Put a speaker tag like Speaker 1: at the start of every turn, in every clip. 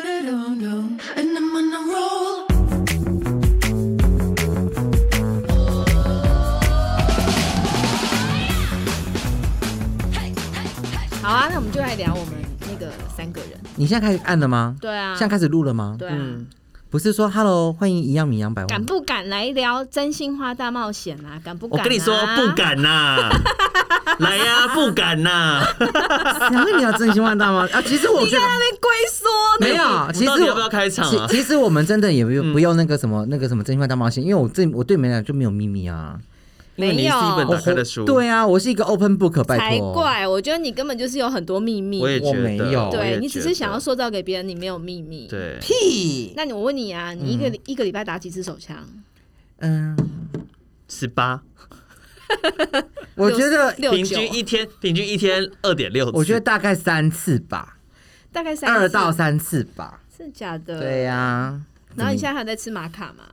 Speaker 1: And I'm on a roll. Hey, hey, hey.
Speaker 2: 好啊，那我们就来聊我们那个三个人。
Speaker 3: 你现在开始按了吗？
Speaker 2: 对啊，
Speaker 3: 现在开始录了吗？
Speaker 2: 对啊，
Speaker 3: 不是说 “hello，欢迎一样米阳百
Speaker 2: 敢啊
Speaker 3: 万
Speaker 2: 不敢来聊真心话大冒险啊？敢不
Speaker 4: 我
Speaker 2: 敢、啊？
Speaker 4: 跟你说不。敢啊呐、 来呀、不敢呐、”，
Speaker 3: 哪会聊真心话大冒险啊？其实我觉
Speaker 2: 在
Speaker 3: 得
Speaker 2: 那边龟缩呢。
Speaker 3: 没有，其实
Speaker 4: 我到底要不
Speaker 3: 我
Speaker 4: 要开场
Speaker 3: 其
Speaker 4: 啊？嗯
Speaker 3: 其实我们真的也不用不用那个什么那个什么真心话大冒险，因为我这我对你们俩就没有秘密啊。
Speaker 4: 因为你是一
Speaker 2: 没
Speaker 4: 本打
Speaker 2: 有
Speaker 4: 哦开的书，
Speaker 3: 对啊，我是一个 open book，拜
Speaker 2: 才
Speaker 3: 托。
Speaker 2: 怪！我觉得你根本就是有很多秘密。
Speaker 4: 我也觉
Speaker 3: 我
Speaker 4: 得，
Speaker 3: 没有
Speaker 4: 我也
Speaker 2: 对你只
Speaker 4: 觉得
Speaker 2: 是想要塑造给别人，你没有秘密。。
Speaker 4: 对，嗯
Speaker 3: 屁，
Speaker 2: 那你我问你啊，你一个、一个礼拜打几支手枪？
Speaker 3: 嗯，
Speaker 4: 十八，
Speaker 3: 我觉得
Speaker 2: 六
Speaker 4: 平
Speaker 2: 九，
Speaker 4: 均一天，平均一天二点六，
Speaker 3: 我觉得大概三次吧，
Speaker 2: 大概三
Speaker 3: 二
Speaker 2: 次
Speaker 3: 到，三次吧。
Speaker 2: 是假的。
Speaker 3: 对、呀，
Speaker 2: 然后你现在还有在吃玛卡吗？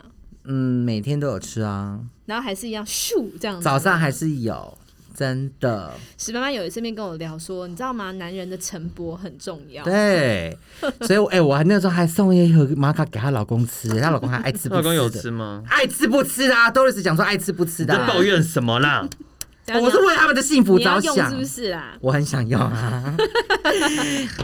Speaker 3: 嗯，每天都有吃啊，
Speaker 2: 然后还是一样咻
Speaker 4: 嗯
Speaker 2: 这样子。
Speaker 3: 早上还是有，真的。
Speaker 2: 史妈妈有一次面跟我聊说，你知道吗？男人的晨勃很重要。
Speaker 3: 对，所以我哎、我还那时候还送一盒玛卡给她老公 吃，她老公还爱吃不吃的
Speaker 4: 老公有吃吗？
Speaker 3: 爱吃不吃的啊，Doris 讲说爱吃不吃
Speaker 4: 你
Speaker 3: 的、
Speaker 4: 在
Speaker 3: 啊，
Speaker 4: 抱怨什么啦？哦
Speaker 2: 然后
Speaker 3: 我是为他们的幸福
Speaker 2: 你要
Speaker 3: 着
Speaker 2: 用
Speaker 3: 想
Speaker 2: 是，不是啊？
Speaker 3: 我很想要 啊。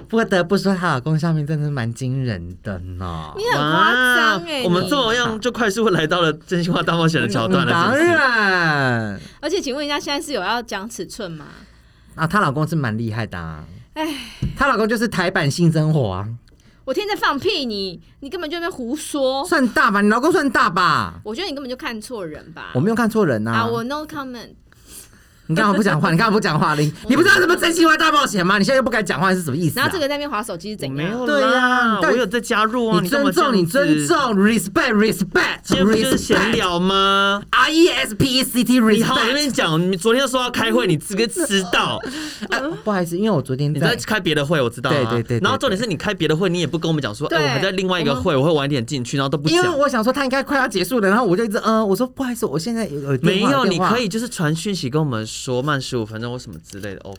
Speaker 3: 不得不说，她老公上面真的蛮惊人的呢。
Speaker 2: 你很夸张哎！
Speaker 4: 我们
Speaker 2: 你
Speaker 4: 这么样就快速来到了真心话大冒险的桥段了，
Speaker 3: 当
Speaker 4: 是不是
Speaker 3: 然
Speaker 2: 而且请问一下，现在是有要讲尺寸吗？
Speaker 3: 啊，她老公是蛮厉害的、啊。
Speaker 2: 哎，
Speaker 3: 她老公就是台版性生活啊，
Speaker 2: 我天天放屁你，你根本就在那边胡说。
Speaker 3: 算大吧？你老公算大吧？
Speaker 2: 我觉得你根本就看错人吧。
Speaker 3: 我没有看错人呐、
Speaker 2: 啊，我 no comment。
Speaker 3: 你干嘛不讲 话？你干嘛不讲话？你你不知道什么真心话大冒险吗？你现在又不敢讲话是什么意思、啊？
Speaker 2: 然后这个在那边划手机是
Speaker 4: 我
Speaker 2: 怎
Speaker 4: 没
Speaker 2: 样
Speaker 4: 有？
Speaker 3: 对
Speaker 4: 啦
Speaker 3: 啊，但
Speaker 4: 我有在加入啊，
Speaker 3: 你
Speaker 4: 干嘛
Speaker 3: 尊重，你
Speaker 4: 这样子
Speaker 3: 尊重，，respect respect，
Speaker 4: 今天不就是闲聊吗？
Speaker 3: R E S P E C T
Speaker 4: 你好，那
Speaker 3: respect。
Speaker 4: 边讲，你昨天说要开会，你这个知道，
Speaker 3: 啊不好意思，因为我昨天
Speaker 4: 你在
Speaker 3: 在，
Speaker 4: 开别的会，我知道啊。
Speaker 3: 对对对对
Speaker 4: 然后重点是你开别的会，你也不跟我们讲说，
Speaker 2: 对
Speaker 4: 哎，我还在另外一个会，我会晚一点进去，然后都不
Speaker 3: 因为
Speaker 4: 讲。
Speaker 3: 我想说他应该快要结束了，然后我就一直嗯，我说不好意思，我现在有有
Speaker 4: 没
Speaker 3: 电话
Speaker 4: 有，你
Speaker 3: 电话
Speaker 4: 可以就是传讯息跟我们说慢十五分钟或什么之类的，OK。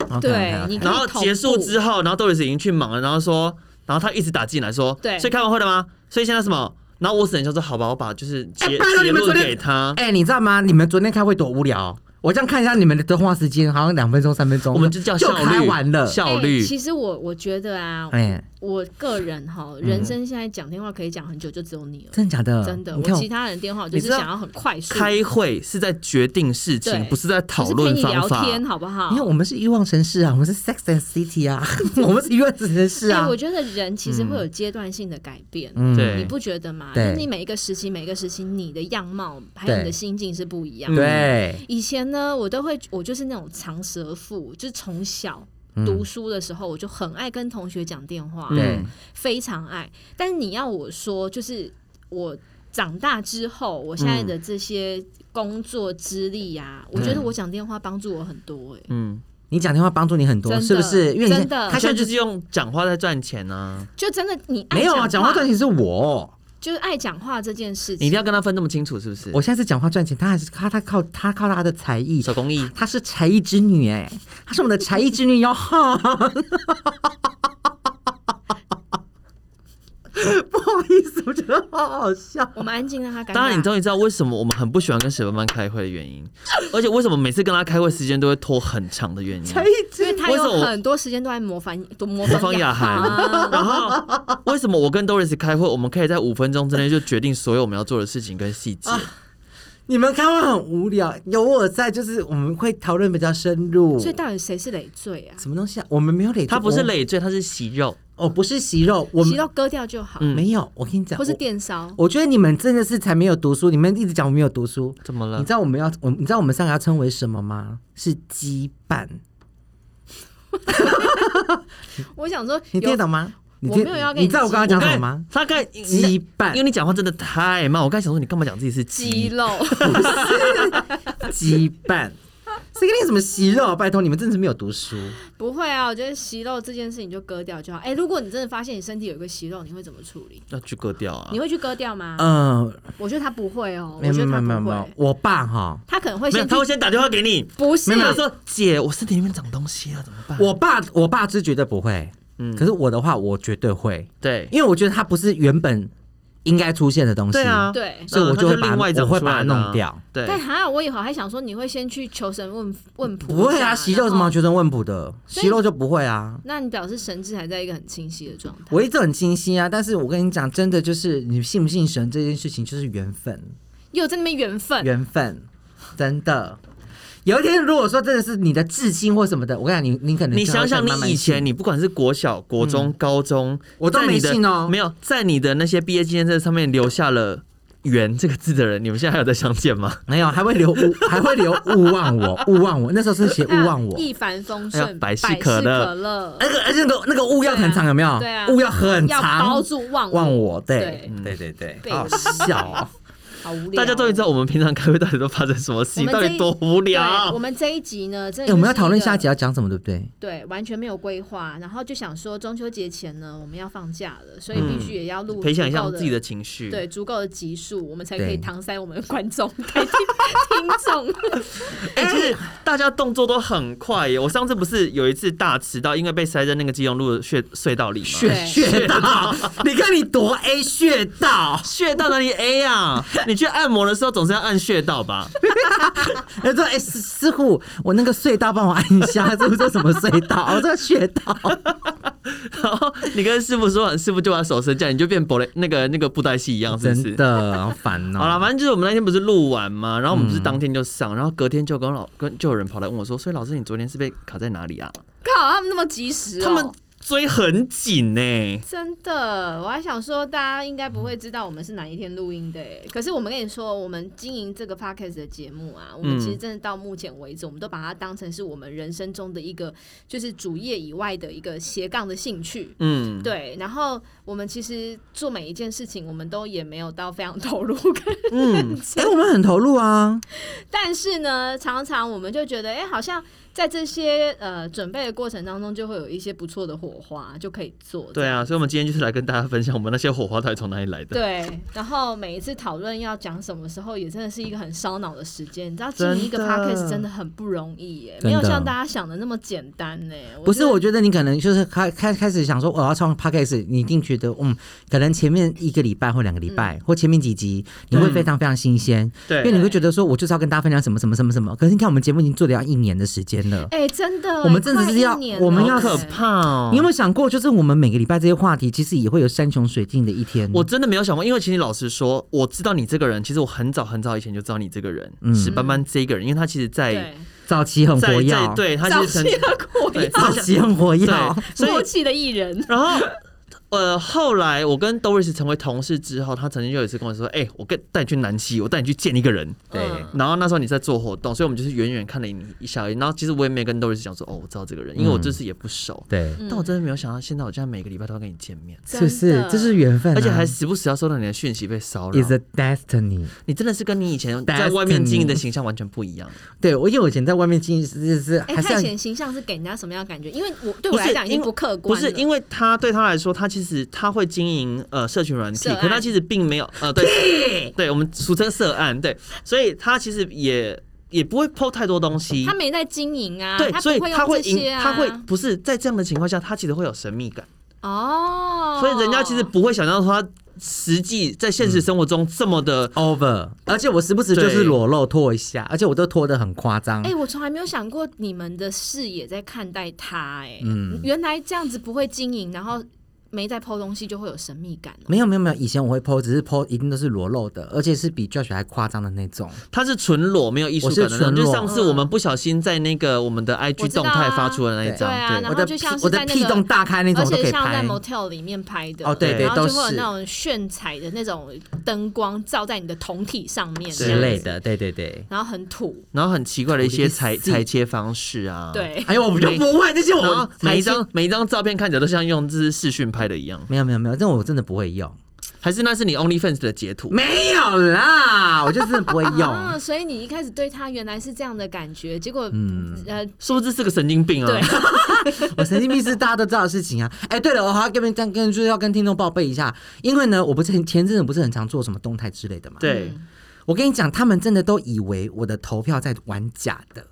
Speaker 3: OK，OK，OK 哎
Speaker 2: 对你
Speaker 4: 然后结束之后，然后豆里斯已经去忙了，然后说，然后他一直打进来说，
Speaker 2: 对
Speaker 4: 所以开完会了吗？所以现在什么？然后我只能就说，好吧，我把就是
Speaker 3: 哎
Speaker 4: 结
Speaker 3: 拜托你
Speaker 4: 结
Speaker 3: 们昨
Speaker 4: 论
Speaker 3: 天
Speaker 4: 给他。
Speaker 3: 哎，你知道吗？你们昨天开会多无聊。哦我这样看一下你们的通话时间，好像两分钟、三分钟，
Speaker 4: 我们就叫效率，
Speaker 3: 开完了。
Speaker 4: 效
Speaker 2: 哎
Speaker 4: 率。
Speaker 2: 其实我我觉得啊，
Speaker 3: 哎，
Speaker 2: 我个人哈，人生现在讲电话可以讲很久，就只有你了。
Speaker 3: 真的假的？
Speaker 2: 真的，
Speaker 3: 你
Speaker 2: 我
Speaker 3: 看
Speaker 2: 其他人电话我就
Speaker 4: 你
Speaker 2: 是
Speaker 4: 知道
Speaker 2: 想要很快速，
Speaker 4: 开会是在决定事情
Speaker 2: 对，
Speaker 4: 不是在
Speaker 2: 就
Speaker 4: 讨
Speaker 2: 是陪
Speaker 4: 论
Speaker 2: 你
Speaker 4: 方
Speaker 2: 聊
Speaker 4: 法。
Speaker 2: 天，好不好？
Speaker 3: 因为我们是欲望城市啊，我们是 Sex and City 啊， 我们是欲望城市
Speaker 2: 哎、
Speaker 3: 啊
Speaker 2: 我。觉得人其实会有阶段性的改变，
Speaker 3: 嗯
Speaker 4: 对
Speaker 2: 你不觉得吗？就
Speaker 3: 对
Speaker 2: 是你每一个时期，每一个时期你的样貌还有
Speaker 3: 对嗯
Speaker 2: 你的心境是不一样的。
Speaker 3: 对，
Speaker 2: 以前呢，我都会，我就是那种长舌妇，就是从小读书的时候，我就很爱跟同学讲电话，
Speaker 3: 嗯对
Speaker 2: 非常爱。但是你要我说，就是我长大之后，我现在的这些工作资历呀，我觉得我讲电话帮助我很多、哎、
Speaker 4: 嗯，
Speaker 3: 你讲电话帮助你很
Speaker 2: 真
Speaker 3: 多，
Speaker 2: 的
Speaker 3: 是不是？因为你
Speaker 2: 真的
Speaker 4: 他
Speaker 3: 他现
Speaker 4: 现在
Speaker 3: 在
Speaker 4: 就
Speaker 3: 就是
Speaker 4: 用讲话在赚钱啊呢、
Speaker 2: 就真的你爱
Speaker 3: 没有啊，
Speaker 2: 讲
Speaker 3: 讲话赚钱是我，
Speaker 2: 就是爱讲话这件事情，
Speaker 4: 你一定要跟他分那么清楚，是不是？
Speaker 3: 我现在是讲话赚钱，他还是他他靠他靠他的才艺，
Speaker 4: 手工艺，
Speaker 3: 她是才艺之女哎、她是我们的才艺之女哟 哈。不好意思，我觉得好好笑。
Speaker 2: 我们安静让他尴尬。
Speaker 4: 当然你终于知道为什么我们很不喜欢跟史班班开会的原因，而且为什么每次跟他开会时间都会拖很长的原 因。
Speaker 3: 才艺之
Speaker 2: 因为他
Speaker 4: 为什么
Speaker 2: 有
Speaker 4: 我
Speaker 2: 很多时间都在模仿都模
Speaker 4: 模仿雅
Speaker 2: 涵啊。
Speaker 4: 然后为什么我跟 Doris 开会，我们可以在五分钟之内就决定所有我们要做的事情跟细节？
Speaker 3: 你们开会很无聊，有我在就是我们会讨论比较深入。
Speaker 2: 所以到底谁是累赘啊？
Speaker 3: 什么东西啊？我们没有累赘，
Speaker 4: 他不是累赘，他是息肉。
Speaker 3: 我，我不是息肉，我
Speaker 2: 皮
Speaker 3: 们
Speaker 2: 肉割掉就好，
Speaker 4: 嗯
Speaker 3: 没有。我跟你讲，
Speaker 2: 或是
Speaker 3: 我
Speaker 2: 电烧。
Speaker 3: 我觉得你们真的是才没有读书，你们一直讲我没有读书。
Speaker 4: 怎么
Speaker 3: 你
Speaker 2: 嗯
Speaker 4: 了
Speaker 3: 知？道我们要我你知道我们三个要称为什么吗？是羁绊。
Speaker 2: 我想说，
Speaker 3: 你听得
Speaker 2: 有
Speaker 3: 懂吗？你
Speaker 2: 我
Speaker 3: 听
Speaker 2: 没有要跟
Speaker 3: 你
Speaker 2: 你
Speaker 3: 知道我刚刚讲什么 吗？
Speaker 4: 他刚
Speaker 3: 羁绊
Speaker 4: 因为你讲话真的嗯太慢，我刚才想说你干嘛讲自己是
Speaker 2: 肌
Speaker 4: 鸡，
Speaker 2: 肉，
Speaker 3: 羁绊，谁给你什么息肉？拜托，你们真的是没有读书。
Speaker 2: 不会啊，我觉得息肉这件事情就割掉就好。哎、如果你真的发现你身体有一个息肉，你会怎么处理？
Speaker 4: 要去割掉啊
Speaker 2: 你。会去割掉吗？
Speaker 3: 嗯、
Speaker 2: 我觉得他不会哦，
Speaker 3: 没
Speaker 2: 我
Speaker 3: 有
Speaker 2: 觉
Speaker 3: 没
Speaker 2: 得
Speaker 3: 有没
Speaker 2: 他
Speaker 3: 有呃没有
Speaker 2: 不
Speaker 3: 没有
Speaker 2: 会，，
Speaker 3: 我爸哈，
Speaker 2: 他可能会
Speaker 4: 没有，
Speaker 2: 先
Speaker 4: 他会先打电话给你，
Speaker 2: 不是啊
Speaker 4: 没有他说姐，我身体里面长东西了，啊怎么办？
Speaker 3: 我爸我爸是绝对不会，
Speaker 4: 嗯
Speaker 3: 可是我的话我绝对会，
Speaker 4: 对，
Speaker 3: 因为我觉得它不是原本应该出现的东西。
Speaker 4: 对啊
Speaker 2: 对。
Speaker 3: 所以
Speaker 4: 嗯
Speaker 3: 我
Speaker 4: 它
Speaker 3: 就会
Speaker 4: 是
Speaker 3: 把
Speaker 4: 另外
Speaker 3: 我
Speaker 4: 长
Speaker 3: 会
Speaker 4: 出
Speaker 3: 把
Speaker 4: 来
Speaker 3: 它
Speaker 4: 的啊
Speaker 3: 弄掉。
Speaker 4: 对，
Speaker 2: 但还好，我以后还想说你会先去求神问问卜一下，
Speaker 3: 不会啊，息肉
Speaker 2: 然
Speaker 3: 什
Speaker 2: 后
Speaker 3: 么绝对问不得，
Speaker 2: 所以
Speaker 3: 息肉就不会啊。
Speaker 2: 那你表示神智还在一个很清晰的状态。
Speaker 3: 我一直很清晰啊，但是我跟你讲，真的就是你信不信神这件事情，就是缘分，
Speaker 2: 又在那边缘分，
Speaker 3: 缘分，真的。有一天，如果说真的是你的至亲或什么的，我跟你讲，你你可能
Speaker 4: 你
Speaker 3: 就会
Speaker 4: 想想，
Speaker 3: 慢慢
Speaker 4: 你以前
Speaker 3: 信
Speaker 4: 你不管是国小、国中、高中，
Speaker 3: 我都
Speaker 4: 在
Speaker 3: 没
Speaker 4: 你的
Speaker 3: 信哦
Speaker 4: 没有在你的那些毕业纪念册上面留下了“缘”这个字的人，你们现在还有在相见吗？
Speaker 3: 没有，还 会留勿还会留勿忘我，勿忘我。那时候是写勿
Speaker 2: 还有
Speaker 3: 忘我，
Speaker 2: 啊一帆风
Speaker 4: 还
Speaker 2: 顺，
Speaker 4: 有
Speaker 2: 百
Speaker 4: 哎百
Speaker 2: 事
Speaker 4: 事可乐哎
Speaker 2: 乐
Speaker 3: 那个而且那个那个物要很长，有没有？
Speaker 2: 对啊
Speaker 3: 物要很
Speaker 2: 要
Speaker 3: 长，
Speaker 2: 包住忘
Speaker 3: 忘我，对
Speaker 2: 对，
Speaker 3: 对对对
Speaker 2: 被
Speaker 3: 好好笑哦。
Speaker 2: 好无聊。
Speaker 4: 嗯大家终于知道我们平常开会到底都发生什么事
Speaker 2: 我
Speaker 4: 情，
Speaker 2: 们
Speaker 4: 到
Speaker 2: 这一
Speaker 4: 底多无
Speaker 2: 对我
Speaker 4: 聊。
Speaker 2: 们这一集呢，真
Speaker 3: 哎、
Speaker 2: 的
Speaker 3: 我们要讨论
Speaker 2: 就是一
Speaker 3: 下
Speaker 2: 个
Speaker 4: 啊
Speaker 3: 一集要讲什么，对不对？
Speaker 2: 对，完全没有规划，然后就想说中秋节前呢，我们要放假了，所以必须也要录
Speaker 4: 培嗯养一
Speaker 2: 足
Speaker 4: 下
Speaker 2: 够
Speaker 4: 自己的情绪。
Speaker 2: 对，足够的集数，我们才可以
Speaker 3: 对
Speaker 2: 搪塞我们的观众、 对听听众。
Speaker 4: 哎、其实 大家动作都很快耶。我上次不是有一次大迟到，因为被塞在那个基隆路的穴隧道里吗？
Speaker 3: 穴
Speaker 2: 对
Speaker 3: 穴道，你看你多 A 穴道，
Speaker 4: 穴道哪里 A 啊？你去按摩的时候总是要按穴道吧？
Speaker 3: 他说：“哎、师师傅，我那个隧道帮我按一下，师傅说什么隧道？哦我这个穴道。
Speaker 4: 然后你跟师傅说完，师傅就把手伸进来，你就变布雷那个那个布袋戏一样，是不
Speaker 3: 真
Speaker 4: 是？
Speaker 3: 的好烦哦、
Speaker 4: 好了，反正就是我们那天不是录完嘛，然后我们不是当天就上，然后隔天就跟老跟就有人跑来问我说，所以老师你昨天是被卡在哪里啊？
Speaker 2: 靠，他们那么及时、哦，
Speaker 3: 啊
Speaker 4: 他们追很紧呢、
Speaker 2: 真的，我还想说，大家应该不会知道我们是哪一天录音的耶。可是我们跟你说，我们经营这个 podcast 的节目啊，我们
Speaker 4: 嗯
Speaker 2: 其实真的到目前为止，我们都把它当成是我们人生中的一个，就是主业以外的一个斜杠的兴趣。
Speaker 4: 嗯，
Speaker 2: 对，然后我们其实做每一件事情，我们都也没有到非常投入，
Speaker 4: 嗯，
Speaker 3: 哎、我们很投入啊，
Speaker 2: 但是呢，常常我们就觉得，哎、好像在这些呃准备的过程当中，就会有一些不错的火花，就可以做。
Speaker 4: 对啊，所以我们今天就是来跟大家分享我们那些火花到底从哪里 来的。
Speaker 2: 对，然后每一次讨论要讲什么时候，也真的是一个很烧脑的时间。你知道经营一个
Speaker 4: 真的
Speaker 2: podcast 真的很不容易耶，
Speaker 3: 真
Speaker 2: 没有
Speaker 3: 的
Speaker 2: 像大家想的那么简单呢。
Speaker 3: 不是？
Speaker 2: 觉得
Speaker 3: 我觉得你可能就是开开开始想说我要创 podcast，你一定觉得嗯，可能前面一个礼拜或两个礼拜、或前面几集，你会非常非常新鲜，因为
Speaker 4: 嗯对，
Speaker 3: 你会觉得说我就是要跟大家分享什么什么什么什么。可是你看我们节目已经做了要一年的时间
Speaker 4: 哦
Speaker 3: 了。
Speaker 2: 哎、真的耶，
Speaker 3: 我们真的
Speaker 2: 快
Speaker 3: 是
Speaker 2: 一
Speaker 3: 要
Speaker 2: 年
Speaker 3: 我们
Speaker 2: 了
Speaker 3: 要
Speaker 4: 好
Speaker 2: 耶
Speaker 4: 可怕哦、
Speaker 3: 你有没有想过，就是我们每个礼拜这些话题，其实也会有山穷水尽的一天。
Speaker 4: 我真的没有想过，因为其实老实说，我知道你这个人，其实我很早很早以前就知道你这个人，
Speaker 3: 嗯
Speaker 4: 史斑斑这一个人，因为他其实在，
Speaker 2: 对，
Speaker 3: 早期很活
Speaker 4: 在
Speaker 3: 跃
Speaker 4: 在，，对他
Speaker 2: 早
Speaker 4: 其实
Speaker 2: 期
Speaker 4: 曾
Speaker 2: 的果
Speaker 4: 对
Speaker 3: 早期很活跃
Speaker 4: 对，，所
Speaker 2: 默
Speaker 4: 以
Speaker 2: 契的艺人，
Speaker 4: 然后。呃，后来我跟 Doris 成为同事之后，他曾经就有一次跟我说：“哎、我跟带你去南溪，我带你去见一个人。
Speaker 3: 对
Speaker 2: 嗯”
Speaker 4: 然后那时候你在做活动，所以我们就是远远看了你一下而已。然后其实我也没跟 Doris 讲说：“哦，我知道这个人，因为
Speaker 3: 嗯
Speaker 4: 我这次也不熟。
Speaker 3: 对，
Speaker 2: 嗯
Speaker 4: 但我真的没有想到，现在我竟然每个礼拜都要跟你见面，
Speaker 3: 是不
Speaker 2: 真
Speaker 3: 是
Speaker 2: 的？
Speaker 3: 这是缘分啊，
Speaker 4: 而且还时不时要收到你的讯息被骚扰。
Speaker 3: is a destiny。
Speaker 4: 你真的是跟你以前在外面经营的形象完全不一样。
Speaker 3: 对，我因为我以前在外面经营是是
Speaker 2: 哎、
Speaker 3: 还是
Speaker 2: 太
Speaker 3: 要
Speaker 2: 显形象是给人家什么样的感觉？因为我对
Speaker 4: 不
Speaker 2: 我
Speaker 4: 是
Speaker 2: 来讲已经
Speaker 4: 因为
Speaker 2: 不客
Speaker 4: 不
Speaker 2: 观
Speaker 4: 是
Speaker 2: 了，
Speaker 4: 因为他对他来说，他其实他会经营呃社群软体
Speaker 2: 涉，案
Speaker 4: 可他其实并没有呃对，对我们俗称涉案，对，所以他其实也也不会抛太多东西
Speaker 2: 他。没在经营啊，
Speaker 4: 对，
Speaker 2: 他
Speaker 4: 所以
Speaker 2: 不会
Speaker 4: 他
Speaker 2: 用
Speaker 4: 会
Speaker 2: 这
Speaker 4: 赢
Speaker 2: 些，啊，
Speaker 4: 他会不是在这样的情况下，他其实会有神秘感，
Speaker 2: 哦，
Speaker 4: 所以人家其实不会想象说他实际在现实生活中这么的
Speaker 3: over，而且我时不时就是
Speaker 4: 对
Speaker 3: 裸露脱一下，而且我都脱的很夸张
Speaker 2: 哎、。我从来没有想过你们的视野在看待他、哎、
Speaker 3: 嗯
Speaker 2: 原来这样子不会经营，然后没在剖东西就会有神秘感、哦。
Speaker 3: 没有没有没有，以前我会 PO，只是 PO 一定都是裸露的，而且是比 Josh 还夸张的那种。
Speaker 4: 他是纯裸，没有艺术感的那
Speaker 3: 我是纯
Speaker 4: 种。
Speaker 3: 裸
Speaker 4: 就上次我们不小心在那个我们的
Speaker 2: 我
Speaker 4: IG
Speaker 2: 知道
Speaker 4: 动
Speaker 2: 啊
Speaker 4: 态发出的那一
Speaker 2: 对
Speaker 4: 张，
Speaker 2: 啊，然
Speaker 3: 我
Speaker 2: 后
Speaker 3: 的
Speaker 2: 就
Speaker 3: 屁
Speaker 2: 像是
Speaker 3: 我的
Speaker 2: 在那
Speaker 3: 屁洞
Speaker 2: 个。
Speaker 3: 大开那种
Speaker 2: 而
Speaker 3: 我都
Speaker 2: 且
Speaker 3: 可以
Speaker 2: 像在
Speaker 3: 拍。
Speaker 2: motel 里面拍的
Speaker 3: 哦对
Speaker 4: 对
Speaker 2: 然后
Speaker 3: 都
Speaker 2: 就会有
Speaker 3: 是
Speaker 2: 那种炫彩的那种灯光照在你的酮体上面
Speaker 4: 之
Speaker 2: 这样
Speaker 3: 之
Speaker 2: 子
Speaker 3: 类，的，对对对。
Speaker 2: 然后很土，
Speaker 4: 然后很奇怪的一些裁
Speaker 3: 我的意思
Speaker 4: 裁切方式啊，。
Speaker 2: 对，
Speaker 3: 哎呦，我就不会这些，
Speaker 4: 然
Speaker 2: 哦
Speaker 3: 我
Speaker 4: 后每一
Speaker 3: 才
Speaker 4: 张每一张照片看起来都像用这是视讯拍的一样，
Speaker 3: 没有没有没有，这种我真的不会用。
Speaker 4: 还是那是你 OnlyFans 的截
Speaker 2: 嗯
Speaker 4: 图？
Speaker 3: 没有啦，我就真的不会
Speaker 2: 啊，
Speaker 3: 用。
Speaker 2: 所以你一开始对他原来是这样的感觉，结果、
Speaker 3: 嗯
Speaker 2: 呃，
Speaker 4: 殊不知是个神经病啊！
Speaker 2: 对，
Speaker 3: 我神经病是大家都知道的事情啊。哎、对了，我还要跟跟跟就是要跟听众报备一下，因为呢，我不是很前阵子不是很常做什么动态之类的嘛。，
Speaker 4: 对
Speaker 2: 嗯
Speaker 3: 我跟你讲，他们真的都以为我的投票在玩假的。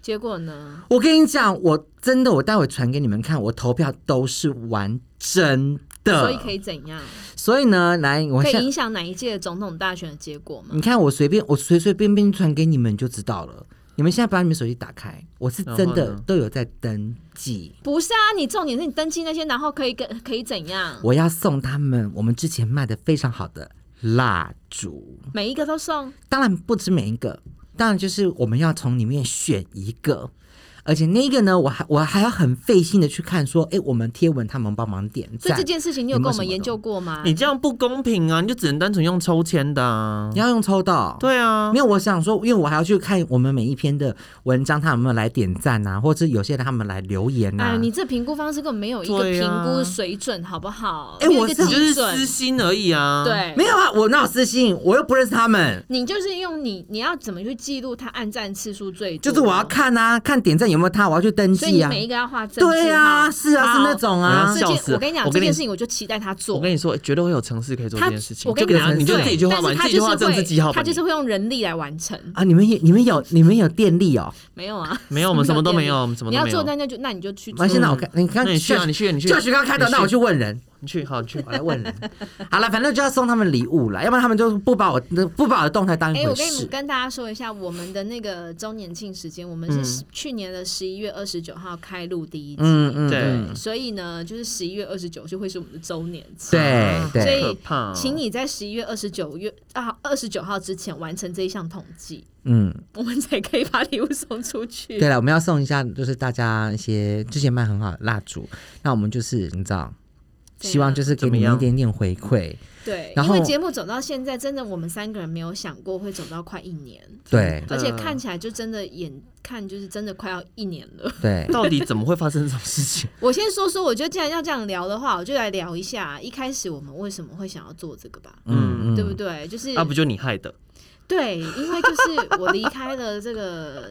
Speaker 2: 结果呢？
Speaker 3: 我跟你讲，我真的，我待会传给你们看，我投票都是玩真的。
Speaker 2: 所以可以怎样？
Speaker 3: 所以呢，来，嗯我
Speaker 2: 可以
Speaker 3: 现在
Speaker 2: 影响哪一届总统大选的结果吗？
Speaker 3: 你看我随便我随随便便传给你们就知道了。你们现在把你们手机打开，我是真
Speaker 4: 然后
Speaker 3: 的
Speaker 4: 呢
Speaker 3: 都有在登记。
Speaker 2: 不是啊，你重点是你登记那些，然后可以跟可以怎样？
Speaker 3: 我要送他们我们之前卖的非常好的蜡烛，
Speaker 2: 每一个都送，
Speaker 3: 当然不止每一个，当然就是我们要从里面选一个。而且那个呢，我还我还要很费心的去看，说，哎、我们贴文他们帮忙点
Speaker 2: 所以
Speaker 3: 赞，
Speaker 2: 这件事情你有
Speaker 3: 有没
Speaker 2: 跟我们
Speaker 3: 有什么
Speaker 2: 研究过吗？
Speaker 4: 你这样不公平啊！你就只能单纯用抽签的啊
Speaker 3: 你。要用抽到，
Speaker 4: 对啊
Speaker 3: 没，有，我想说，因为我还要去看我们每一篇的文章，他有没有来点赞啊，或者是有些人他们来留言啊。
Speaker 2: 哎，你这评估方式根本没有一个
Speaker 4: 对
Speaker 2: 评
Speaker 4: 啊
Speaker 2: 估水准，好不好？
Speaker 3: 哎
Speaker 2: 没有
Speaker 3: 我
Speaker 2: 一
Speaker 3: 是
Speaker 2: 个
Speaker 4: 你就是
Speaker 2: 基
Speaker 4: 私
Speaker 2: 准，
Speaker 4: 心而已啊。，
Speaker 2: 对，
Speaker 3: 没有啊，我哪有私信，我又不认识他们，
Speaker 2: 你就是用你你要怎么去记录他按赞次数最多？
Speaker 3: 就是我要，看啊，看点赞有没有他，我要去登
Speaker 2: 所以
Speaker 3: 记
Speaker 2: 你
Speaker 3: 啊。
Speaker 2: 每一个要画正字
Speaker 3: 对啊，
Speaker 2: 号
Speaker 3: 是啊，是那。种
Speaker 2: 好
Speaker 3: 啊
Speaker 4: 我要
Speaker 2: 这
Speaker 4: 笑
Speaker 2: 件
Speaker 4: 死了
Speaker 2: 我跟你讲
Speaker 4: 我
Speaker 2: 这
Speaker 4: 跟你
Speaker 2: 件事情，我就期待他做。
Speaker 4: 我跟你说，绝对会有城市可以做这
Speaker 2: 他
Speaker 4: 件事情。
Speaker 2: 我跟
Speaker 4: 就给
Speaker 2: 你
Speaker 4: 他
Speaker 2: 讲
Speaker 4: 你就
Speaker 2: 对
Speaker 4: 自己去画
Speaker 2: 但
Speaker 4: 吧，
Speaker 2: 是
Speaker 4: 你
Speaker 2: 他
Speaker 4: 自己去
Speaker 2: 就是
Speaker 4: 画政治
Speaker 2: 会
Speaker 4: 记号吧。
Speaker 2: 他就是
Speaker 4: 你
Speaker 2: 会用人力来完成。
Speaker 3: 啊！你们也你们有你们有电力哦。
Speaker 2: 没有啊，
Speaker 4: 没有，我们什么都没
Speaker 2: 电
Speaker 4: 有，
Speaker 2: 力。
Speaker 4: 我们什么
Speaker 2: 你
Speaker 4: 都
Speaker 2: 要
Speaker 4: 没
Speaker 2: 做，
Speaker 4: 有。
Speaker 2: 那那就那你就去做
Speaker 3: 完，。现在我看你看，
Speaker 4: 那你去啊
Speaker 3: 就
Speaker 4: 你去啊你去
Speaker 3: 就徐刚开头，
Speaker 4: 你去
Speaker 3: 那我去问人，
Speaker 4: 你去，好，你去。
Speaker 3: 我来问人。 好了，反正就要送他们礼物了，要不然他们就不把我不把我的动态当一
Speaker 2: 哎，
Speaker 3: 回
Speaker 2: 我跟你们
Speaker 3: 事。
Speaker 2: 跟大家说一下，我们的那个周年庆时间，我们
Speaker 4: 嗯
Speaker 2: 是十去年的十一月二十九号开录第一集，
Speaker 3: 嗯嗯，
Speaker 4: 对
Speaker 3: 嗯
Speaker 2: 所以呢，就是十一月二十九就会是我们的周年庆。
Speaker 3: 对对。
Speaker 2: 所以
Speaker 4: 可怕哦
Speaker 2: 请你在十一月二十九月啊二十九号之前完成这一项统计，
Speaker 3: 嗯，
Speaker 2: 我们才可以把礼物送出去。
Speaker 3: 对了，我们要送一下，就是大家一些之前卖很好的蜡烛，那我们就是你知道，
Speaker 2: 对啊
Speaker 3: 希望就是给
Speaker 4: 怎么
Speaker 3: 你们
Speaker 4: 样
Speaker 3: 一点点回馈，
Speaker 2: 对，
Speaker 3: 然
Speaker 2: 因为
Speaker 3: 后
Speaker 2: 节目走到现在，真的我们三个人没有想过会走到快一年，
Speaker 3: 对
Speaker 2: 而
Speaker 4: 真的
Speaker 2: 且看起来就真的眼看就是真的快要一年了。
Speaker 3: 对，
Speaker 4: 到底怎么会发生这种 事情？
Speaker 2: 我先说说，我觉得既然要这样聊的话，我就来聊一下一开始我们为什么会想要做这个吧。
Speaker 3: 嗯嗯，
Speaker 2: 对不对？就是、
Speaker 4: 啊，不就你害的？
Speaker 2: 对，因为就是我离开了这个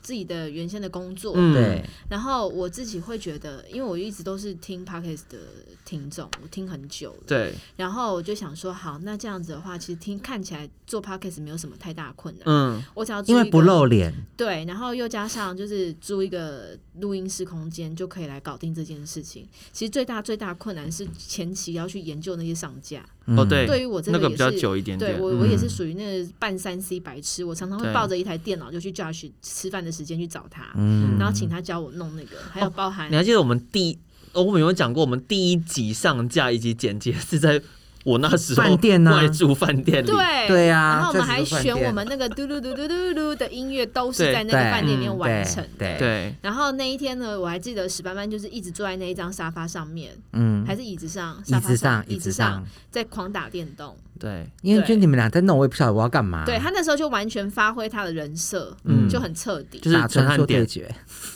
Speaker 2: 自己的原先的工作，
Speaker 4: 嗯
Speaker 3: 对，
Speaker 2: 然后我自己会觉得，因为我一直都是听 podcast 的听众，我听很久了。
Speaker 4: 对，
Speaker 2: 然后我就想说，好，那这样子的话，其实听看起来做 podcast 没有什么太大困难。
Speaker 4: 嗯，
Speaker 2: 我只要租
Speaker 3: 因为
Speaker 2: 一个
Speaker 3: 不露脸，
Speaker 2: 对，然后又加上就是租一个录音室空间，就可以来搞定这件事情。其实最大最大困难是前期要去研究那些上架。
Speaker 4: 哦
Speaker 3: 嗯
Speaker 4: 对，
Speaker 2: 对于我这
Speaker 4: 那
Speaker 2: 个
Speaker 4: 个
Speaker 2: 也
Speaker 4: 比较
Speaker 2: 是
Speaker 4: 久一点
Speaker 2: 对
Speaker 4: 点，
Speaker 2: 我，我也是
Speaker 3: 嗯
Speaker 2: 属于那个半三 C 白痴，我常常会
Speaker 4: 对
Speaker 2: 抱着一台电脑就去 Josh 吃饭的时间去找他，
Speaker 3: 嗯哦
Speaker 2: 然后请他教我弄那个，还有包含
Speaker 4: 你还记得我们第哦，我们有讲过，我们第一集上架以及剪接是在我那时候
Speaker 3: 饭店啊
Speaker 4: 外住饭店里，
Speaker 2: 对
Speaker 3: 对啊
Speaker 2: 然后我们还
Speaker 3: 这只是饭
Speaker 2: 选
Speaker 3: 店
Speaker 2: 我们那个嘟噜嘟噜嘟噜的音乐，都是
Speaker 4: 对
Speaker 2: 在那个
Speaker 3: 对
Speaker 2: 饭店里面
Speaker 4: 嗯
Speaker 2: 完成的。
Speaker 3: 对
Speaker 4: 对
Speaker 2: 然后那一天呢，我还记得史班班就是一直坐在那一张沙发上面，
Speaker 3: 嗯，
Speaker 2: 还是椅子上，
Speaker 3: 椅
Speaker 2: 沙发
Speaker 3: 子上
Speaker 2: 椅
Speaker 3: 椅
Speaker 2: 子
Speaker 3: 子
Speaker 2: 上
Speaker 3: 上，
Speaker 2: 在狂打电动。
Speaker 4: 对，
Speaker 3: 因为就你们俩在弄，我也不晓得我要干嘛，
Speaker 2: 对他那时候就完全发挥他的人设，
Speaker 4: 嗯
Speaker 2: 就很彻底，
Speaker 4: 就是
Speaker 3: 打
Speaker 4: 陈
Speaker 3: 传
Speaker 4: 汉
Speaker 3: 说对
Speaker 4: 典，
Speaker 3: 决，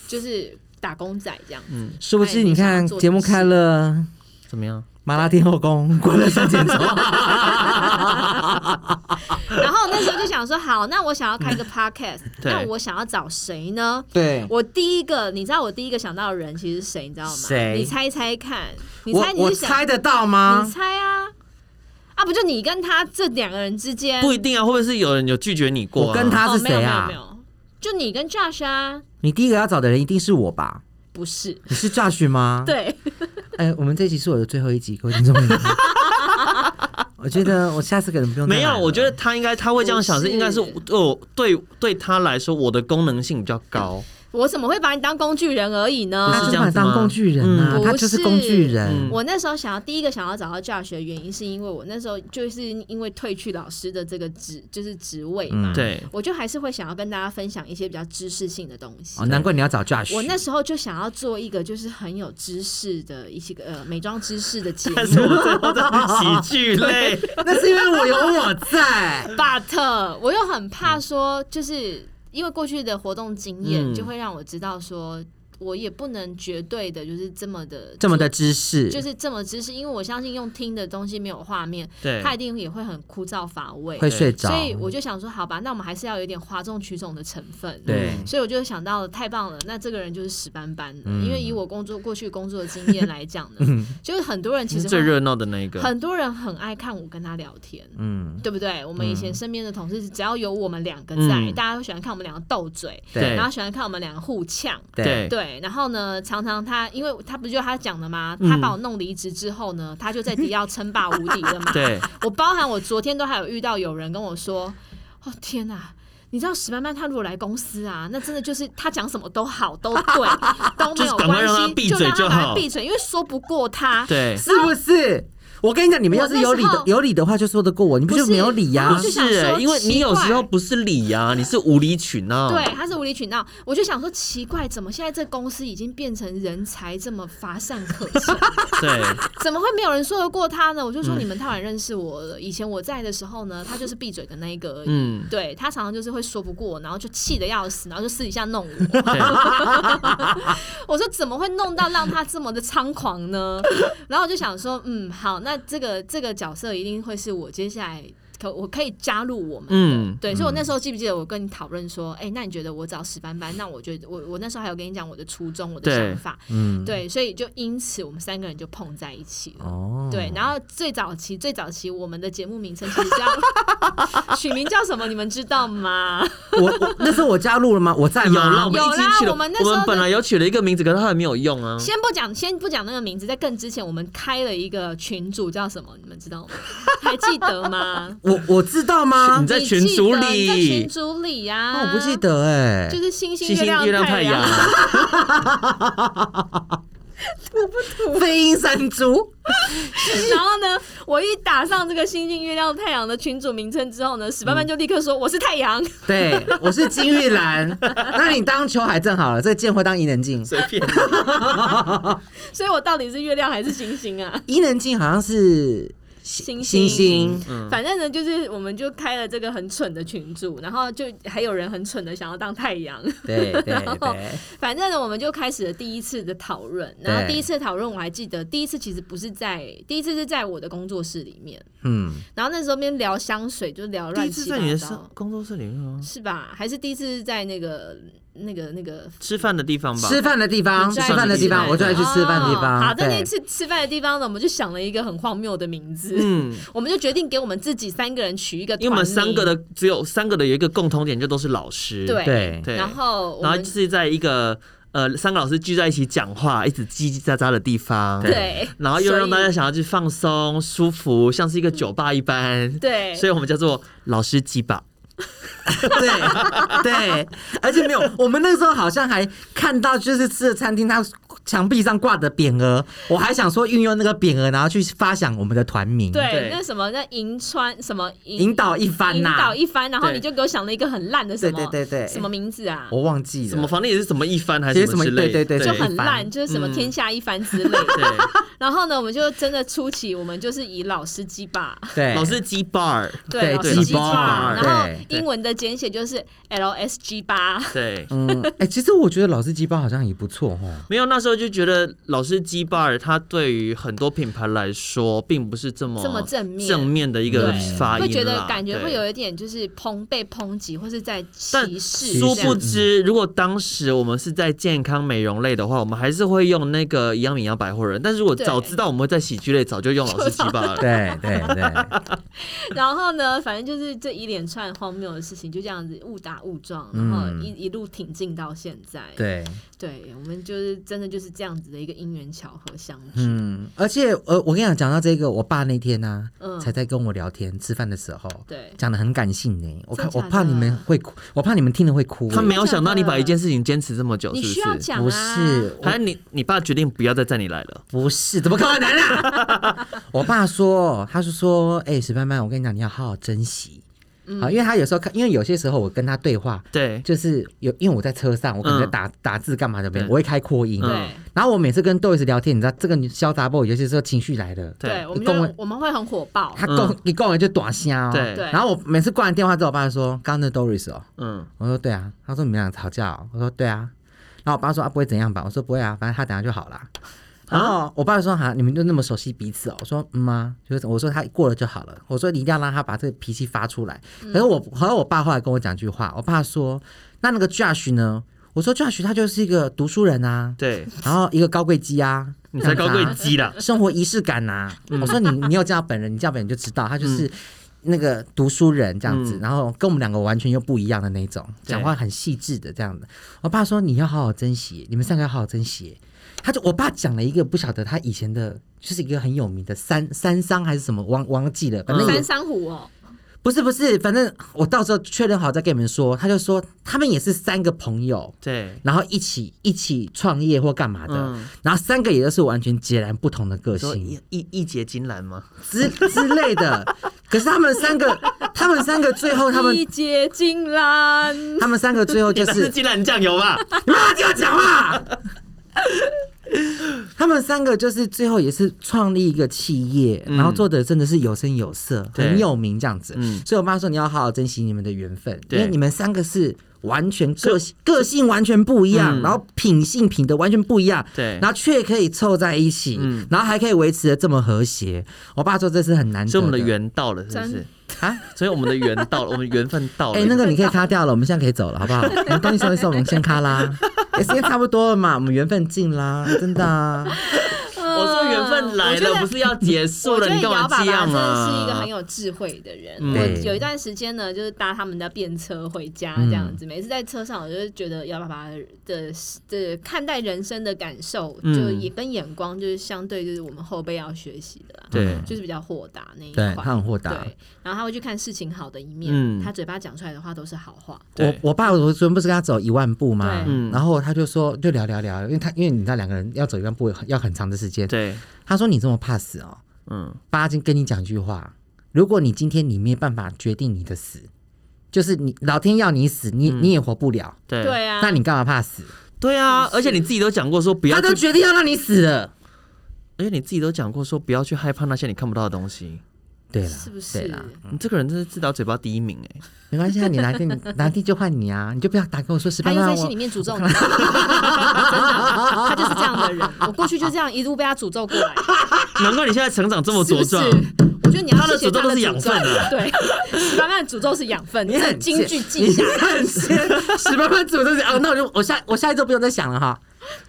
Speaker 2: 就是打工仔这样。
Speaker 4: 嗯，
Speaker 3: 是不是？你
Speaker 2: 哎你想
Speaker 3: 看
Speaker 2: 要做
Speaker 3: 节目
Speaker 2: 什么事
Speaker 3: 开了。
Speaker 4: 怎么样？
Speaker 3: 麻辣天后宫关了三点钟，
Speaker 2: 然后那时候就想说，好，那我想要开个 podcast，
Speaker 4: 对
Speaker 2: 那我想要找谁呢？
Speaker 3: 对，
Speaker 2: 我第一个，你知道我第一个想到的人其实是谁，你知道吗？
Speaker 3: 谁
Speaker 2: 你猜猜看，你
Speaker 3: 我
Speaker 2: 猜你
Speaker 3: 我
Speaker 2: 是想
Speaker 3: 猜得到吗
Speaker 2: 你？猜啊，啊，不就你跟他这两个人之间？
Speaker 4: 不一定啊，会不会是有人有拒绝你过啊？
Speaker 3: 我跟他
Speaker 2: 哦
Speaker 3: 是谁
Speaker 2: 没
Speaker 3: 啊
Speaker 2: 有没有没有，就你跟 Josh 啊，
Speaker 3: 你第一个要找的人一定是我吧？
Speaker 2: 不是。
Speaker 3: 你是 Josh 吗？
Speaker 2: 对，
Speaker 3: 哎，我们这集是我的最后一集，各位听众 朋友们。我觉得我下次可能不用再
Speaker 4: 没有，
Speaker 3: 来了
Speaker 4: 我觉得他应该他会这样想，
Speaker 2: 不
Speaker 4: 是
Speaker 2: 是
Speaker 4: 应该是对我对对他来说，我的功能性比较高。
Speaker 2: 我怎么会把你当工具人而已
Speaker 4: 不
Speaker 3: 他
Speaker 2: 呢
Speaker 3: 就？
Speaker 4: 是这
Speaker 3: 是
Speaker 4: 样
Speaker 3: 把
Speaker 4: 子吗
Speaker 3: 当工具人啊，
Speaker 2: 嗯
Speaker 3: 他就是工具人。哦
Speaker 4: 嗯
Speaker 2: 我那时候想要第一个想要找到 Josh 的原因，是因为我那时候就是因为退去老师的这个职，就是职位嘛，
Speaker 3: 嗯
Speaker 4: 对，
Speaker 2: 我就还是会想要跟大家分享一些比较知识性的东西
Speaker 3: 哦，。难怪你要找 Josh。
Speaker 2: 我那时候就想要做一个就是很有知识的一些个呃美妆知识的节 目
Speaker 4: 但是我最后 的喜剧类，
Speaker 3: 那是因为我有我在。
Speaker 2: ，but 我又很怕说，就是因为过去的活动经验
Speaker 4: 嗯
Speaker 2: 就会让我知道说。我也不能绝对的，就是这么的
Speaker 3: 这么的知 识，
Speaker 2: 就是这么知识，因为我相信用听的东西没有画面，
Speaker 4: 对
Speaker 2: 他一定也会很枯燥乏味。
Speaker 3: 会睡着
Speaker 2: 所。以我就想说，好吧，那我们还是要有一点哗众取宠的成分。
Speaker 3: 对
Speaker 2: 所以我就想到太棒了，那这个人就是史斑斑的，因为以我工作过去工作的经验来讲呢， 就是很多人其实
Speaker 4: 最
Speaker 2: 会
Speaker 4: 热闹的那一个，
Speaker 2: 很多人很爱看我跟他聊天，
Speaker 3: 嗯，
Speaker 2: 对不对？我们以前身边的同事，只要有我们两个在，
Speaker 4: 嗯
Speaker 2: 大家都喜欢看我们两个斗嘴，
Speaker 4: 对
Speaker 2: 然后喜欢看我们两个互呛。
Speaker 3: 对
Speaker 4: 对
Speaker 2: 对，然后呢，常常他，因为他不就他讲的吗？
Speaker 4: 嗯
Speaker 2: 他把我弄离职之后呢，他就在迪奥称霸无敌了嘛。
Speaker 4: 对，
Speaker 2: 我包含我昨天都还有遇到有人跟我说，哦天哪、你知道史班班他如果来公司啊，那真的就是他讲什么都好都 对，都没有
Speaker 4: 就是赶快
Speaker 2: 关
Speaker 4: 让他
Speaker 2: 系，
Speaker 4: 闭
Speaker 2: 就
Speaker 4: 嘴
Speaker 2: 让
Speaker 4: 就
Speaker 2: 他赶快
Speaker 4: 好
Speaker 2: 闭嘴，因为说不过他。
Speaker 4: 对，
Speaker 3: 是不是？我跟你讲，你们要是有理
Speaker 2: 我那时
Speaker 3: 的
Speaker 2: 候
Speaker 3: 有理的话，就说得过我，你不就
Speaker 2: 不是
Speaker 3: 没有理呀、
Speaker 2: 我
Speaker 4: 不
Speaker 2: 就是想说
Speaker 4: 欸因为你有时候
Speaker 2: 奇怪
Speaker 4: 不是理呀，你是无理取闹，
Speaker 2: 对，他是无理取闹，我就想说奇怪，怎么现在这公司已经变成人才这么乏善可陈？
Speaker 4: 对
Speaker 2: 怎么会没有人说得过他呢？我
Speaker 4: 嗯
Speaker 2: 就说你们太晚认识我了。以前我在的时候 呢，他就是闭嘴的那一个而已。
Speaker 4: 嗯
Speaker 2: 对他常常就是会说不过我，然后就气得要死，然后就私底下弄我。
Speaker 4: 对，
Speaker 2: 我说怎么会弄到让他这么的猖狂呢？ 然后我就想说，嗯，好，那这个这个角色一定会是我接下来可我可以加入我们的。
Speaker 4: 嗯
Speaker 2: 对，所以我那时候记不记得我跟你讨论说，哎、那你觉得我找史班班？那我觉得我我那时候还有跟你讲我的初衷、我的
Speaker 4: 对
Speaker 2: 想法，
Speaker 3: 嗯，
Speaker 2: 对，所以就因此我们三个人就碰在一起了。
Speaker 3: 哦，
Speaker 2: 对，
Speaker 4: 嗯
Speaker 2: 然后最早期最早期我们的节目名称其实叫 取名叫什么，你们知道吗？
Speaker 4: 嗯
Speaker 3: 我我那时候我加入了吗？我在
Speaker 4: 有啦，
Speaker 3: 吗？
Speaker 4: 我们一
Speaker 2: 有啦
Speaker 4: 直取了，
Speaker 2: 我们那时候
Speaker 4: 我们本
Speaker 2: 的
Speaker 4: 来有取了一个名字，可是后来没有用啊。
Speaker 2: 先不讲，先不讲那个名字，在更之前，我们开了一个群组，叫什么？你们知道吗？还记得吗？
Speaker 3: 我我知道吗
Speaker 4: 你？在
Speaker 2: 记
Speaker 4: 群组
Speaker 2: 得你在群
Speaker 4: 里，哦
Speaker 2: 组里呀、
Speaker 3: 那我不记，得哎、
Speaker 2: 就是星星、
Speaker 4: 星星、月亮、太
Speaker 2: 太
Speaker 4: 阳，
Speaker 3: 飞鹰山猪，
Speaker 2: 然后呢，我一打上这个星星、月亮、太阳的群组名称之后呢，史
Speaker 4: 嗯
Speaker 2: 班班就立刻说我是太阳，
Speaker 3: 对，我是金玉兰。那你当秋海正好了，这剑会当伊能静。
Speaker 4: 随 便。
Speaker 2: 所以我到底是月亮还是星星啊？
Speaker 3: 伊能静好像是
Speaker 2: 星
Speaker 3: 星星，
Speaker 4: 嗯，
Speaker 2: 反正呢，就是我们就开了这个很蠢的群组，然后就还有人很蠢的想要当太阳。
Speaker 3: 对对
Speaker 2: 然后
Speaker 3: 对，
Speaker 2: 反正呢，我们就开始了第一次的讨论。然后第一次讨论我还记得，第一次其实不是在，第一次是在我的工作室里面。
Speaker 3: 嗯，
Speaker 2: 然后那时候边聊香水，就聊
Speaker 4: 第
Speaker 2: 乱
Speaker 4: 一次
Speaker 2: 七
Speaker 4: 在你
Speaker 2: 八
Speaker 4: 的上
Speaker 2: 糟，
Speaker 4: 工作室里面吗？
Speaker 2: 是吧？还是第一次是在那个那个那个
Speaker 4: 吃饭的地方吧。
Speaker 3: 吃饭的地方，
Speaker 2: 你
Speaker 3: 吃
Speaker 2: 最爱
Speaker 3: 饭的地
Speaker 4: 去吃饭
Speaker 3: 方，我最爱去吃饭的地
Speaker 2: 哦
Speaker 3: 方。
Speaker 2: 好，在那
Speaker 3: 对
Speaker 2: 次吃饭的地方呢，我们就想了一个很荒谬的名字，
Speaker 4: 嗯，
Speaker 2: 我们就决定给我们自己三个人取一个团名，
Speaker 4: 因为我们三个的只有三个的有一个共同点，就都是老师。
Speaker 2: 对
Speaker 3: 对
Speaker 4: 对，
Speaker 2: 然后我
Speaker 4: 然后
Speaker 2: 们
Speaker 4: 就是在一个呃三个老师聚在一起讲话，一直叽叽喳喳的地方。。
Speaker 2: 对，
Speaker 4: 然后又让大
Speaker 2: 所
Speaker 4: 家
Speaker 2: 以
Speaker 4: 想要去放松、舒服，像是一个酒吧一般。
Speaker 2: 对
Speaker 4: 所以我们叫做老师鸡吧。
Speaker 3: 对对，而且没有，我们那时候好像还看到，就是吃的餐厅，它墙壁上挂的匾额，我还想说运用那个匾额，然后去发想我们的团名，
Speaker 2: 对
Speaker 4: 对
Speaker 2: 那什么那银川什么银
Speaker 3: 引导一番
Speaker 2: 引
Speaker 3: 呐、
Speaker 2: 导一番，然后
Speaker 4: 对
Speaker 2: 你就给我想了一个很烂的什么
Speaker 3: 对对对对
Speaker 2: 什么名字
Speaker 4: 哦
Speaker 2: 啊，
Speaker 3: 我忘记了
Speaker 4: 什么，房间也是什么一番还是什么之类的，
Speaker 3: 其实什么对对对
Speaker 2: 就
Speaker 3: 对
Speaker 2: 很烂，就是什么
Speaker 4: 嗯
Speaker 2: 天下一番之类的。
Speaker 4: 对，
Speaker 2: 然后呢，我们就真的初期，我们就是以老司机 吧，
Speaker 3: 对，
Speaker 4: 老师鸡 bar，
Speaker 2: 对
Speaker 3: 对
Speaker 2: 老司机
Speaker 4: 鸡
Speaker 2: 吧，
Speaker 4: 吧
Speaker 2: 然后
Speaker 3: 对
Speaker 4: 对
Speaker 2: 英文的简写就是 LSG 吧。
Speaker 4: 对，
Speaker 3: 嗯，哎、其实我觉得老司机包好像也不错 哦。
Speaker 4: 没有那时候就觉得老师鸡 bar 它对于很多品牌来说，并不是这么
Speaker 2: 这么正面
Speaker 4: 正面的一个
Speaker 2: 对
Speaker 4: 发音啦，
Speaker 2: 会觉得感觉
Speaker 4: 对
Speaker 2: 会有一点就是抨被抨击，或是在
Speaker 4: 但
Speaker 2: 歧视这
Speaker 4: 殊
Speaker 2: 样。
Speaker 4: 不知，如果当时我们是在健康美容类的话，我们还是会用那个一样米一样百货人。但如果
Speaker 2: 对
Speaker 4: 早知道我们会在喜剧类，早就用老师鸡 巴
Speaker 2: 啊
Speaker 4: 了。
Speaker 3: 对对对，
Speaker 2: 然后呢，反正就是这一连串荒谬的事情，就这样子误打误撞，然后
Speaker 3: 嗯
Speaker 2: 一、一路挺进到现在。
Speaker 3: 对，
Speaker 2: 对，我们就是真的就是这样子的一个因缘巧合相聚。
Speaker 3: 嗯，而且呃，我跟你讲，讲到这个，我爸那天呢、
Speaker 2: 嗯
Speaker 3: 才在跟我聊天，吃饭的时候，
Speaker 2: 对
Speaker 3: 讲的很感性呢。我看
Speaker 2: 真假
Speaker 3: 我
Speaker 2: 的
Speaker 3: 怕你们会哭，我怕你们听了会哭。
Speaker 4: 他没有想到你把一件事情坚持这么久，
Speaker 2: 你
Speaker 4: 是
Speaker 2: 需要
Speaker 4: 不是？
Speaker 2: 讲啊，
Speaker 3: 不是，
Speaker 4: 还是你你爸决定不要再载你来了？
Speaker 3: 不是，怎么可能啊？ 我爸说，他是说，哎、史班班，我跟你讲，你要好好珍惜。
Speaker 4: 嗯
Speaker 3: 好，因为他有时候看，因为有些时候我跟他对话，
Speaker 4: 对
Speaker 3: 就是有，因为我在车上，我可能在
Speaker 4: 嗯
Speaker 3: 打、打字干嘛的，
Speaker 4: 对
Speaker 3: 我会开扩音。
Speaker 2: 对
Speaker 3: 然后我每次跟 Doris 聊天，你知道这个小杂波，有些时候情绪来了，
Speaker 2: 对，我们
Speaker 3: 你跟
Speaker 2: 就
Speaker 3: 我
Speaker 2: 我们会很火爆。
Speaker 3: 他共、
Speaker 4: 嗯
Speaker 3: 一共人就短瞎哦。
Speaker 4: 对
Speaker 2: 对
Speaker 3: 然后我每次挂完电话之后，我爸就说：“刚刚那 Doris 哦。”
Speaker 4: 嗯，
Speaker 3: 我说对啊，他说你们俩吵架哦、我说对啊，然后我爸说啊不会怎样吧，我说不会啊，反正他等下就好啦。
Speaker 4: 啊
Speaker 3: 然后我爸说哈、你们就那么熟悉彼此哦。我说嗯啊，就是我说他过了就好了。我说你一定要让他把这个脾气发出来。
Speaker 4: 嗯
Speaker 3: 可是我，后来我爸后来跟我讲一句话，我爸说那那个 Josh 呢？我说 Josh 他就是一个读书人啊，
Speaker 4: 对，
Speaker 3: 然后一个高贵鸡啊，
Speaker 4: 你才高贵 鸡啦，
Speaker 3: 生活仪式感呐、
Speaker 4: 嗯
Speaker 3: 我说你你有见到本人，你见到本人你就知道，他就是那个读书人这样子，
Speaker 4: 嗯
Speaker 3: 然后跟我们两个完全又不一样的那种，
Speaker 4: 对
Speaker 3: 讲话很细致的这样子。我爸说你要好好珍惜，你们三个要好好珍惜。他就我爸讲了一个不晓得他以前的，就是一个很有名的三三商还是什么，忘忘记了，反
Speaker 4: 嗯
Speaker 3: 正也
Speaker 2: 三珊瑚哦，
Speaker 3: 不是不是，反正我到时候确认好再跟你们说。他就说他们也是三个朋友，
Speaker 4: 对，
Speaker 3: 然后一起一起创业或干嘛的，
Speaker 4: 嗯
Speaker 3: 然后三个也都是完全截然不同的个
Speaker 4: 说一
Speaker 3: 性
Speaker 4: 一一节金 兰吗？
Speaker 3: 之之类的。 可是他们三个，他们三个最后他们
Speaker 2: 一结金兰，
Speaker 3: 他们三个最后就
Speaker 4: 那是
Speaker 3: 是
Speaker 4: 金兰酱油吧？
Speaker 3: 你妈听我讲话。 他们三个就是最后也是创立一个企业，
Speaker 4: 嗯
Speaker 3: 然后做的真的是有声有色，
Speaker 4: 对
Speaker 3: 很有名这样子。
Speaker 4: 嗯
Speaker 3: 所以我妈说你要好好珍惜你们的缘分，因
Speaker 4: 对
Speaker 3: 为你们三个是完全个性个性完全不一样，
Speaker 4: 嗯
Speaker 3: 然后品性品德完全不一样，
Speaker 4: 对
Speaker 3: 然后却可以凑在一起，
Speaker 4: 嗯
Speaker 3: 然后还可以维持的这么和谐。我爸说这是很难得
Speaker 4: 所以我们的缘到了，是不是
Speaker 2: 真？
Speaker 3: 啊。
Speaker 4: 所以我们的缘到了， 我们缘分到了。
Speaker 3: 哎、那个你可以卡掉了，我们现在可以走了，好不好？我们跟你说一说，我们先卡啦。哎，时间差不多了嘛，我们缘分尽啦，真的啊。
Speaker 4: 我说缘分来
Speaker 2: 我觉
Speaker 4: 了，
Speaker 2: 得
Speaker 4: 不是要结束
Speaker 2: 我
Speaker 4: 了，
Speaker 2: 觉
Speaker 4: 你
Speaker 2: 得
Speaker 4: 干
Speaker 2: 姚
Speaker 4: 嘛
Speaker 2: 爸
Speaker 4: 这
Speaker 2: 爸
Speaker 4: 样
Speaker 2: 真的
Speaker 4: 啊？
Speaker 2: 是一个很有智慧的人。
Speaker 4: 嗯
Speaker 2: 我
Speaker 3: 对
Speaker 2: 有一段时间呢，就是搭他们的便车回家这样
Speaker 4: 嗯
Speaker 2: 子，每次在车上，我就觉得姚爸爸的的看待人生的感受，
Speaker 4: 嗯
Speaker 2: 就也跟眼光就是相对，就是我们后辈要学习的啦。
Speaker 4: 对
Speaker 3: 嗯
Speaker 2: 就是比较豁达那一
Speaker 3: 对
Speaker 2: 块。
Speaker 3: 他很豁达
Speaker 2: 对，然后他会去看事情好的一面，
Speaker 4: 嗯
Speaker 2: 他嘴巴讲出来的话都是好话。
Speaker 3: 我
Speaker 4: 对
Speaker 3: 我爸我昨天不是跟他走一万步吗？
Speaker 2: 对
Speaker 4: 嗯
Speaker 3: 然后他就说就聊聊聊，因为他因为你知道两个人要走一万步要很长的时间。
Speaker 4: 对，
Speaker 3: 他说你这么怕死哦，
Speaker 4: 嗯，
Speaker 3: 爸今跟你讲一句话，如果你今天你没办法决定你的死，就是你老天要你死，你、你也活不了，
Speaker 4: 对，
Speaker 2: 对啊，
Speaker 3: 那你干嘛怕死？
Speaker 4: 对啊，而且你自己都讲过说不要
Speaker 3: 他
Speaker 4: 去
Speaker 3: 都，决定要让你死了。
Speaker 4: 而且你自己都讲过说不要去害怕那些你看不到的东西。
Speaker 3: 对了，
Speaker 2: 是不
Speaker 3: 对
Speaker 2: 是？
Speaker 3: 啦
Speaker 4: 你这个人真是自打嘴巴第一名哎、
Speaker 3: 没关系啊，你哪天 哪天就换你啊，你就不要打给我说十
Speaker 2: 他
Speaker 3: 八
Speaker 2: 又
Speaker 3: 万
Speaker 2: 在心
Speaker 3: 我
Speaker 2: 里。面诅咒你，真的， 他就是这样的人。我过去就这样一路被他诅咒过来，
Speaker 4: 难怪你现在成长这哦么
Speaker 2: 是不
Speaker 4: 茁
Speaker 2: 是
Speaker 4: 壮。？
Speaker 2: 我觉得你要
Speaker 4: 他的
Speaker 2: 谢谢
Speaker 4: 诅咒
Speaker 2: 他
Speaker 4: 都
Speaker 2: 的
Speaker 4: 是养分
Speaker 2: 诅
Speaker 4: 啊
Speaker 2: 咒对，十八万诅咒是养分，
Speaker 3: 你
Speaker 2: 这
Speaker 3: 很
Speaker 2: 金句记 下来，
Speaker 3: 十八万怎么都是啊？那我就我下我下一周不用再想了哈。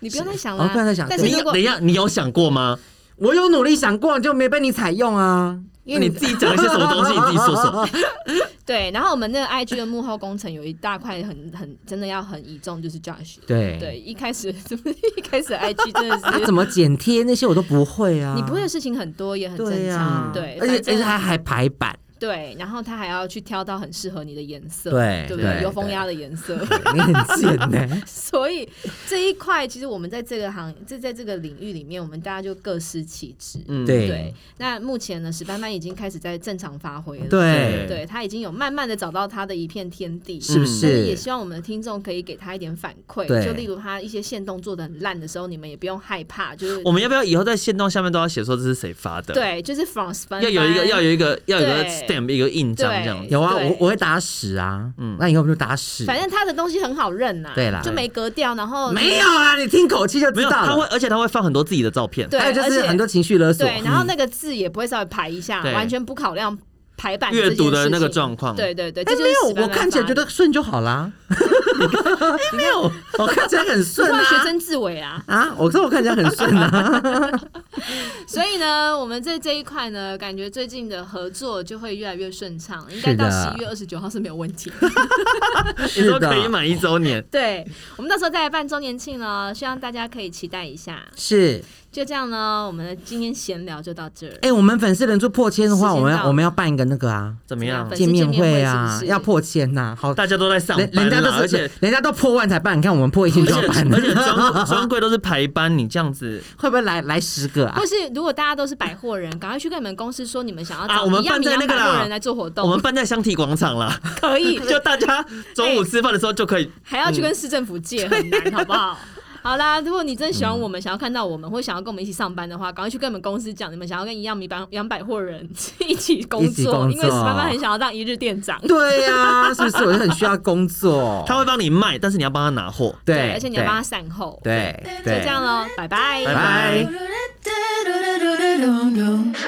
Speaker 2: 你不用再想
Speaker 3: 哦
Speaker 2: 了。啊
Speaker 3: 不用再想
Speaker 2: 但是
Speaker 4: 你
Speaker 2: 如
Speaker 4: 有
Speaker 2: 果
Speaker 4: 等一下，你有想过吗？
Speaker 3: 我有努力想过，就没被你采用啊。
Speaker 4: 因为你自己讲一些什么东西，你自己说说。
Speaker 2: 对，然后我们那个 IG 的幕后工程有一大块很很真的要很倚重，就是 Josh。
Speaker 3: 对
Speaker 2: 对，一开始怎么一开始 IG 真的
Speaker 3: 他
Speaker 2: 是
Speaker 3: 怎么剪贴那些我都不会啊。
Speaker 2: 你不会的事情很多，也很正
Speaker 3: 对呀
Speaker 2: 常。，对，
Speaker 3: 而且而
Speaker 2: 反正
Speaker 3: 且他还排版，
Speaker 2: 对，然后他还要去挑到很适合你的颜色，
Speaker 3: 对
Speaker 2: 对不
Speaker 3: 对
Speaker 2: 对？油封鸭的颜色。
Speaker 3: 你很贱 呢。
Speaker 2: 所以这一块，其实我们在这个行，这在这个领域里面，我们大家就各司其职。
Speaker 4: 嗯，
Speaker 3: 对
Speaker 2: 对，那目前呢，史班班已经开始在正常发挥了。
Speaker 3: 对，
Speaker 2: 对，他已经有慢慢的找到他的一片天地，
Speaker 3: 是不
Speaker 2: 所以也
Speaker 3: 是？
Speaker 2: 希望我们的听众可以给他一点反馈
Speaker 3: 对，
Speaker 2: 就例如他一些线动做的很烂的时候，你们也不用害怕，就是
Speaker 4: 我们要不要以后在线动下面都要写说这是谁发的？，
Speaker 2: 对，就是 from 史班
Speaker 4: 要
Speaker 2: 班
Speaker 4: 有一个要有一个要有一个
Speaker 2: 对
Speaker 4: stamp 一个印章这样
Speaker 2: 对
Speaker 4: 子。
Speaker 3: 有啊，
Speaker 2: 对
Speaker 3: 我我会打屎啊。嗯，那以后我们就打屎。
Speaker 2: 反正哦他的东西很好认呐、
Speaker 3: 对啦
Speaker 2: 就没格调，然后
Speaker 3: 没有啊，你听口气就
Speaker 4: 没
Speaker 3: 知
Speaker 4: 有，他
Speaker 3: 道
Speaker 4: 会
Speaker 3: 了。，
Speaker 4: 而且他会放很多自己的照片，
Speaker 2: 对，
Speaker 3: 还有就
Speaker 2: 而
Speaker 3: 是
Speaker 2: 且
Speaker 3: 很多情绪勒索。
Speaker 2: 对，然后那个字也不会稍微排一下，
Speaker 4: 对
Speaker 2: 完全不考量排版
Speaker 4: 阅读
Speaker 2: 这件
Speaker 4: 的
Speaker 2: 事情
Speaker 4: 那个状况
Speaker 2: 对对对，
Speaker 3: 哎
Speaker 2: 这就是
Speaker 3: 没
Speaker 2: 史
Speaker 3: 有，
Speaker 2: 班
Speaker 3: 我
Speaker 2: 班
Speaker 3: 看起来
Speaker 2: 发
Speaker 3: 觉
Speaker 2: 的
Speaker 3: 得顺就好啦。没有， 我看起来很顺
Speaker 2: 不
Speaker 3: 啊
Speaker 2: 要。学曾志伟啊。
Speaker 3: 啊，我说我看起来很顺啊。
Speaker 2: 所以呢，我们在这一块呢，感觉最近的合作就会越来越顺畅，应该
Speaker 3: 是
Speaker 2: 到
Speaker 3: 的
Speaker 2: 十一月二十九号是没有问 题的。
Speaker 4: 你
Speaker 3: 是
Speaker 4: 说可以满一周年，
Speaker 2: 对，我们到时候再来办周年庆了，希望大家可以期待一下。
Speaker 3: 是。
Speaker 2: 就这样呢，我们的今天闲聊就到这儿。
Speaker 3: 哎、我们粉丝人数破千的话，
Speaker 2: 时间到
Speaker 3: 我
Speaker 2: 了
Speaker 3: 们要我们要办一个那个啊
Speaker 4: 怎么样
Speaker 2: 怎么样？
Speaker 3: 见
Speaker 2: 粉
Speaker 3: 面会
Speaker 2: 丝见面会
Speaker 3: 啊，
Speaker 2: 是不是
Speaker 3: 要破千呐、好，
Speaker 4: 大家都在上
Speaker 3: 人
Speaker 4: 班
Speaker 3: 人家都
Speaker 4: 啦，
Speaker 3: 是
Speaker 4: 而且
Speaker 3: 人家都破万才办，你看我们破一千
Speaker 4: 而
Speaker 3: 就要
Speaker 4: 且
Speaker 3: 办
Speaker 4: 而且专
Speaker 3: 了，
Speaker 4: 专柜都是排班，你这样子
Speaker 3: 会不会来来十个啊
Speaker 2: 或？是如果大家都是百货人，赶快去跟你们公司说，你们想要
Speaker 4: 啊
Speaker 2: 找
Speaker 4: 我们
Speaker 2: 一样
Speaker 4: 办在
Speaker 2: 米阳
Speaker 4: 那
Speaker 2: 百
Speaker 4: 个啦
Speaker 2: 货人来做活动，
Speaker 4: 我们办在香缇广场 啦，
Speaker 2: 可以
Speaker 4: 就大家中午吃饭的时候就可以。
Speaker 2: 还要去跟市政府借，很难，好不好？好啦，如果你真的喜欢
Speaker 3: 嗯
Speaker 2: 我们，想要看到我们，或者想要跟我们一起上班的话，赶快去跟我们公司讲，你们想要跟一样米百杨百货人 一起工
Speaker 3: 一起
Speaker 2: 作，
Speaker 3: 工
Speaker 2: 因为史
Speaker 3: 作
Speaker 2: 爸爸很想要当一日店长。
Speaker 3: 对呀、是不是？我就很需要工作。
Speaker 4: 他会帮你卖，但是你要帮他拿货。
Speaker 3: 对，
Speaker 2: 而且你要帮他
Speaker 3: 对
Speaker 2: 善后。，
Speaker 3: 对
Speaker 2: 就
Speaker 3: 对
Speaker 2: 这样喽，拜拜
Speaker 4: 拜拜。
Speaker 1: And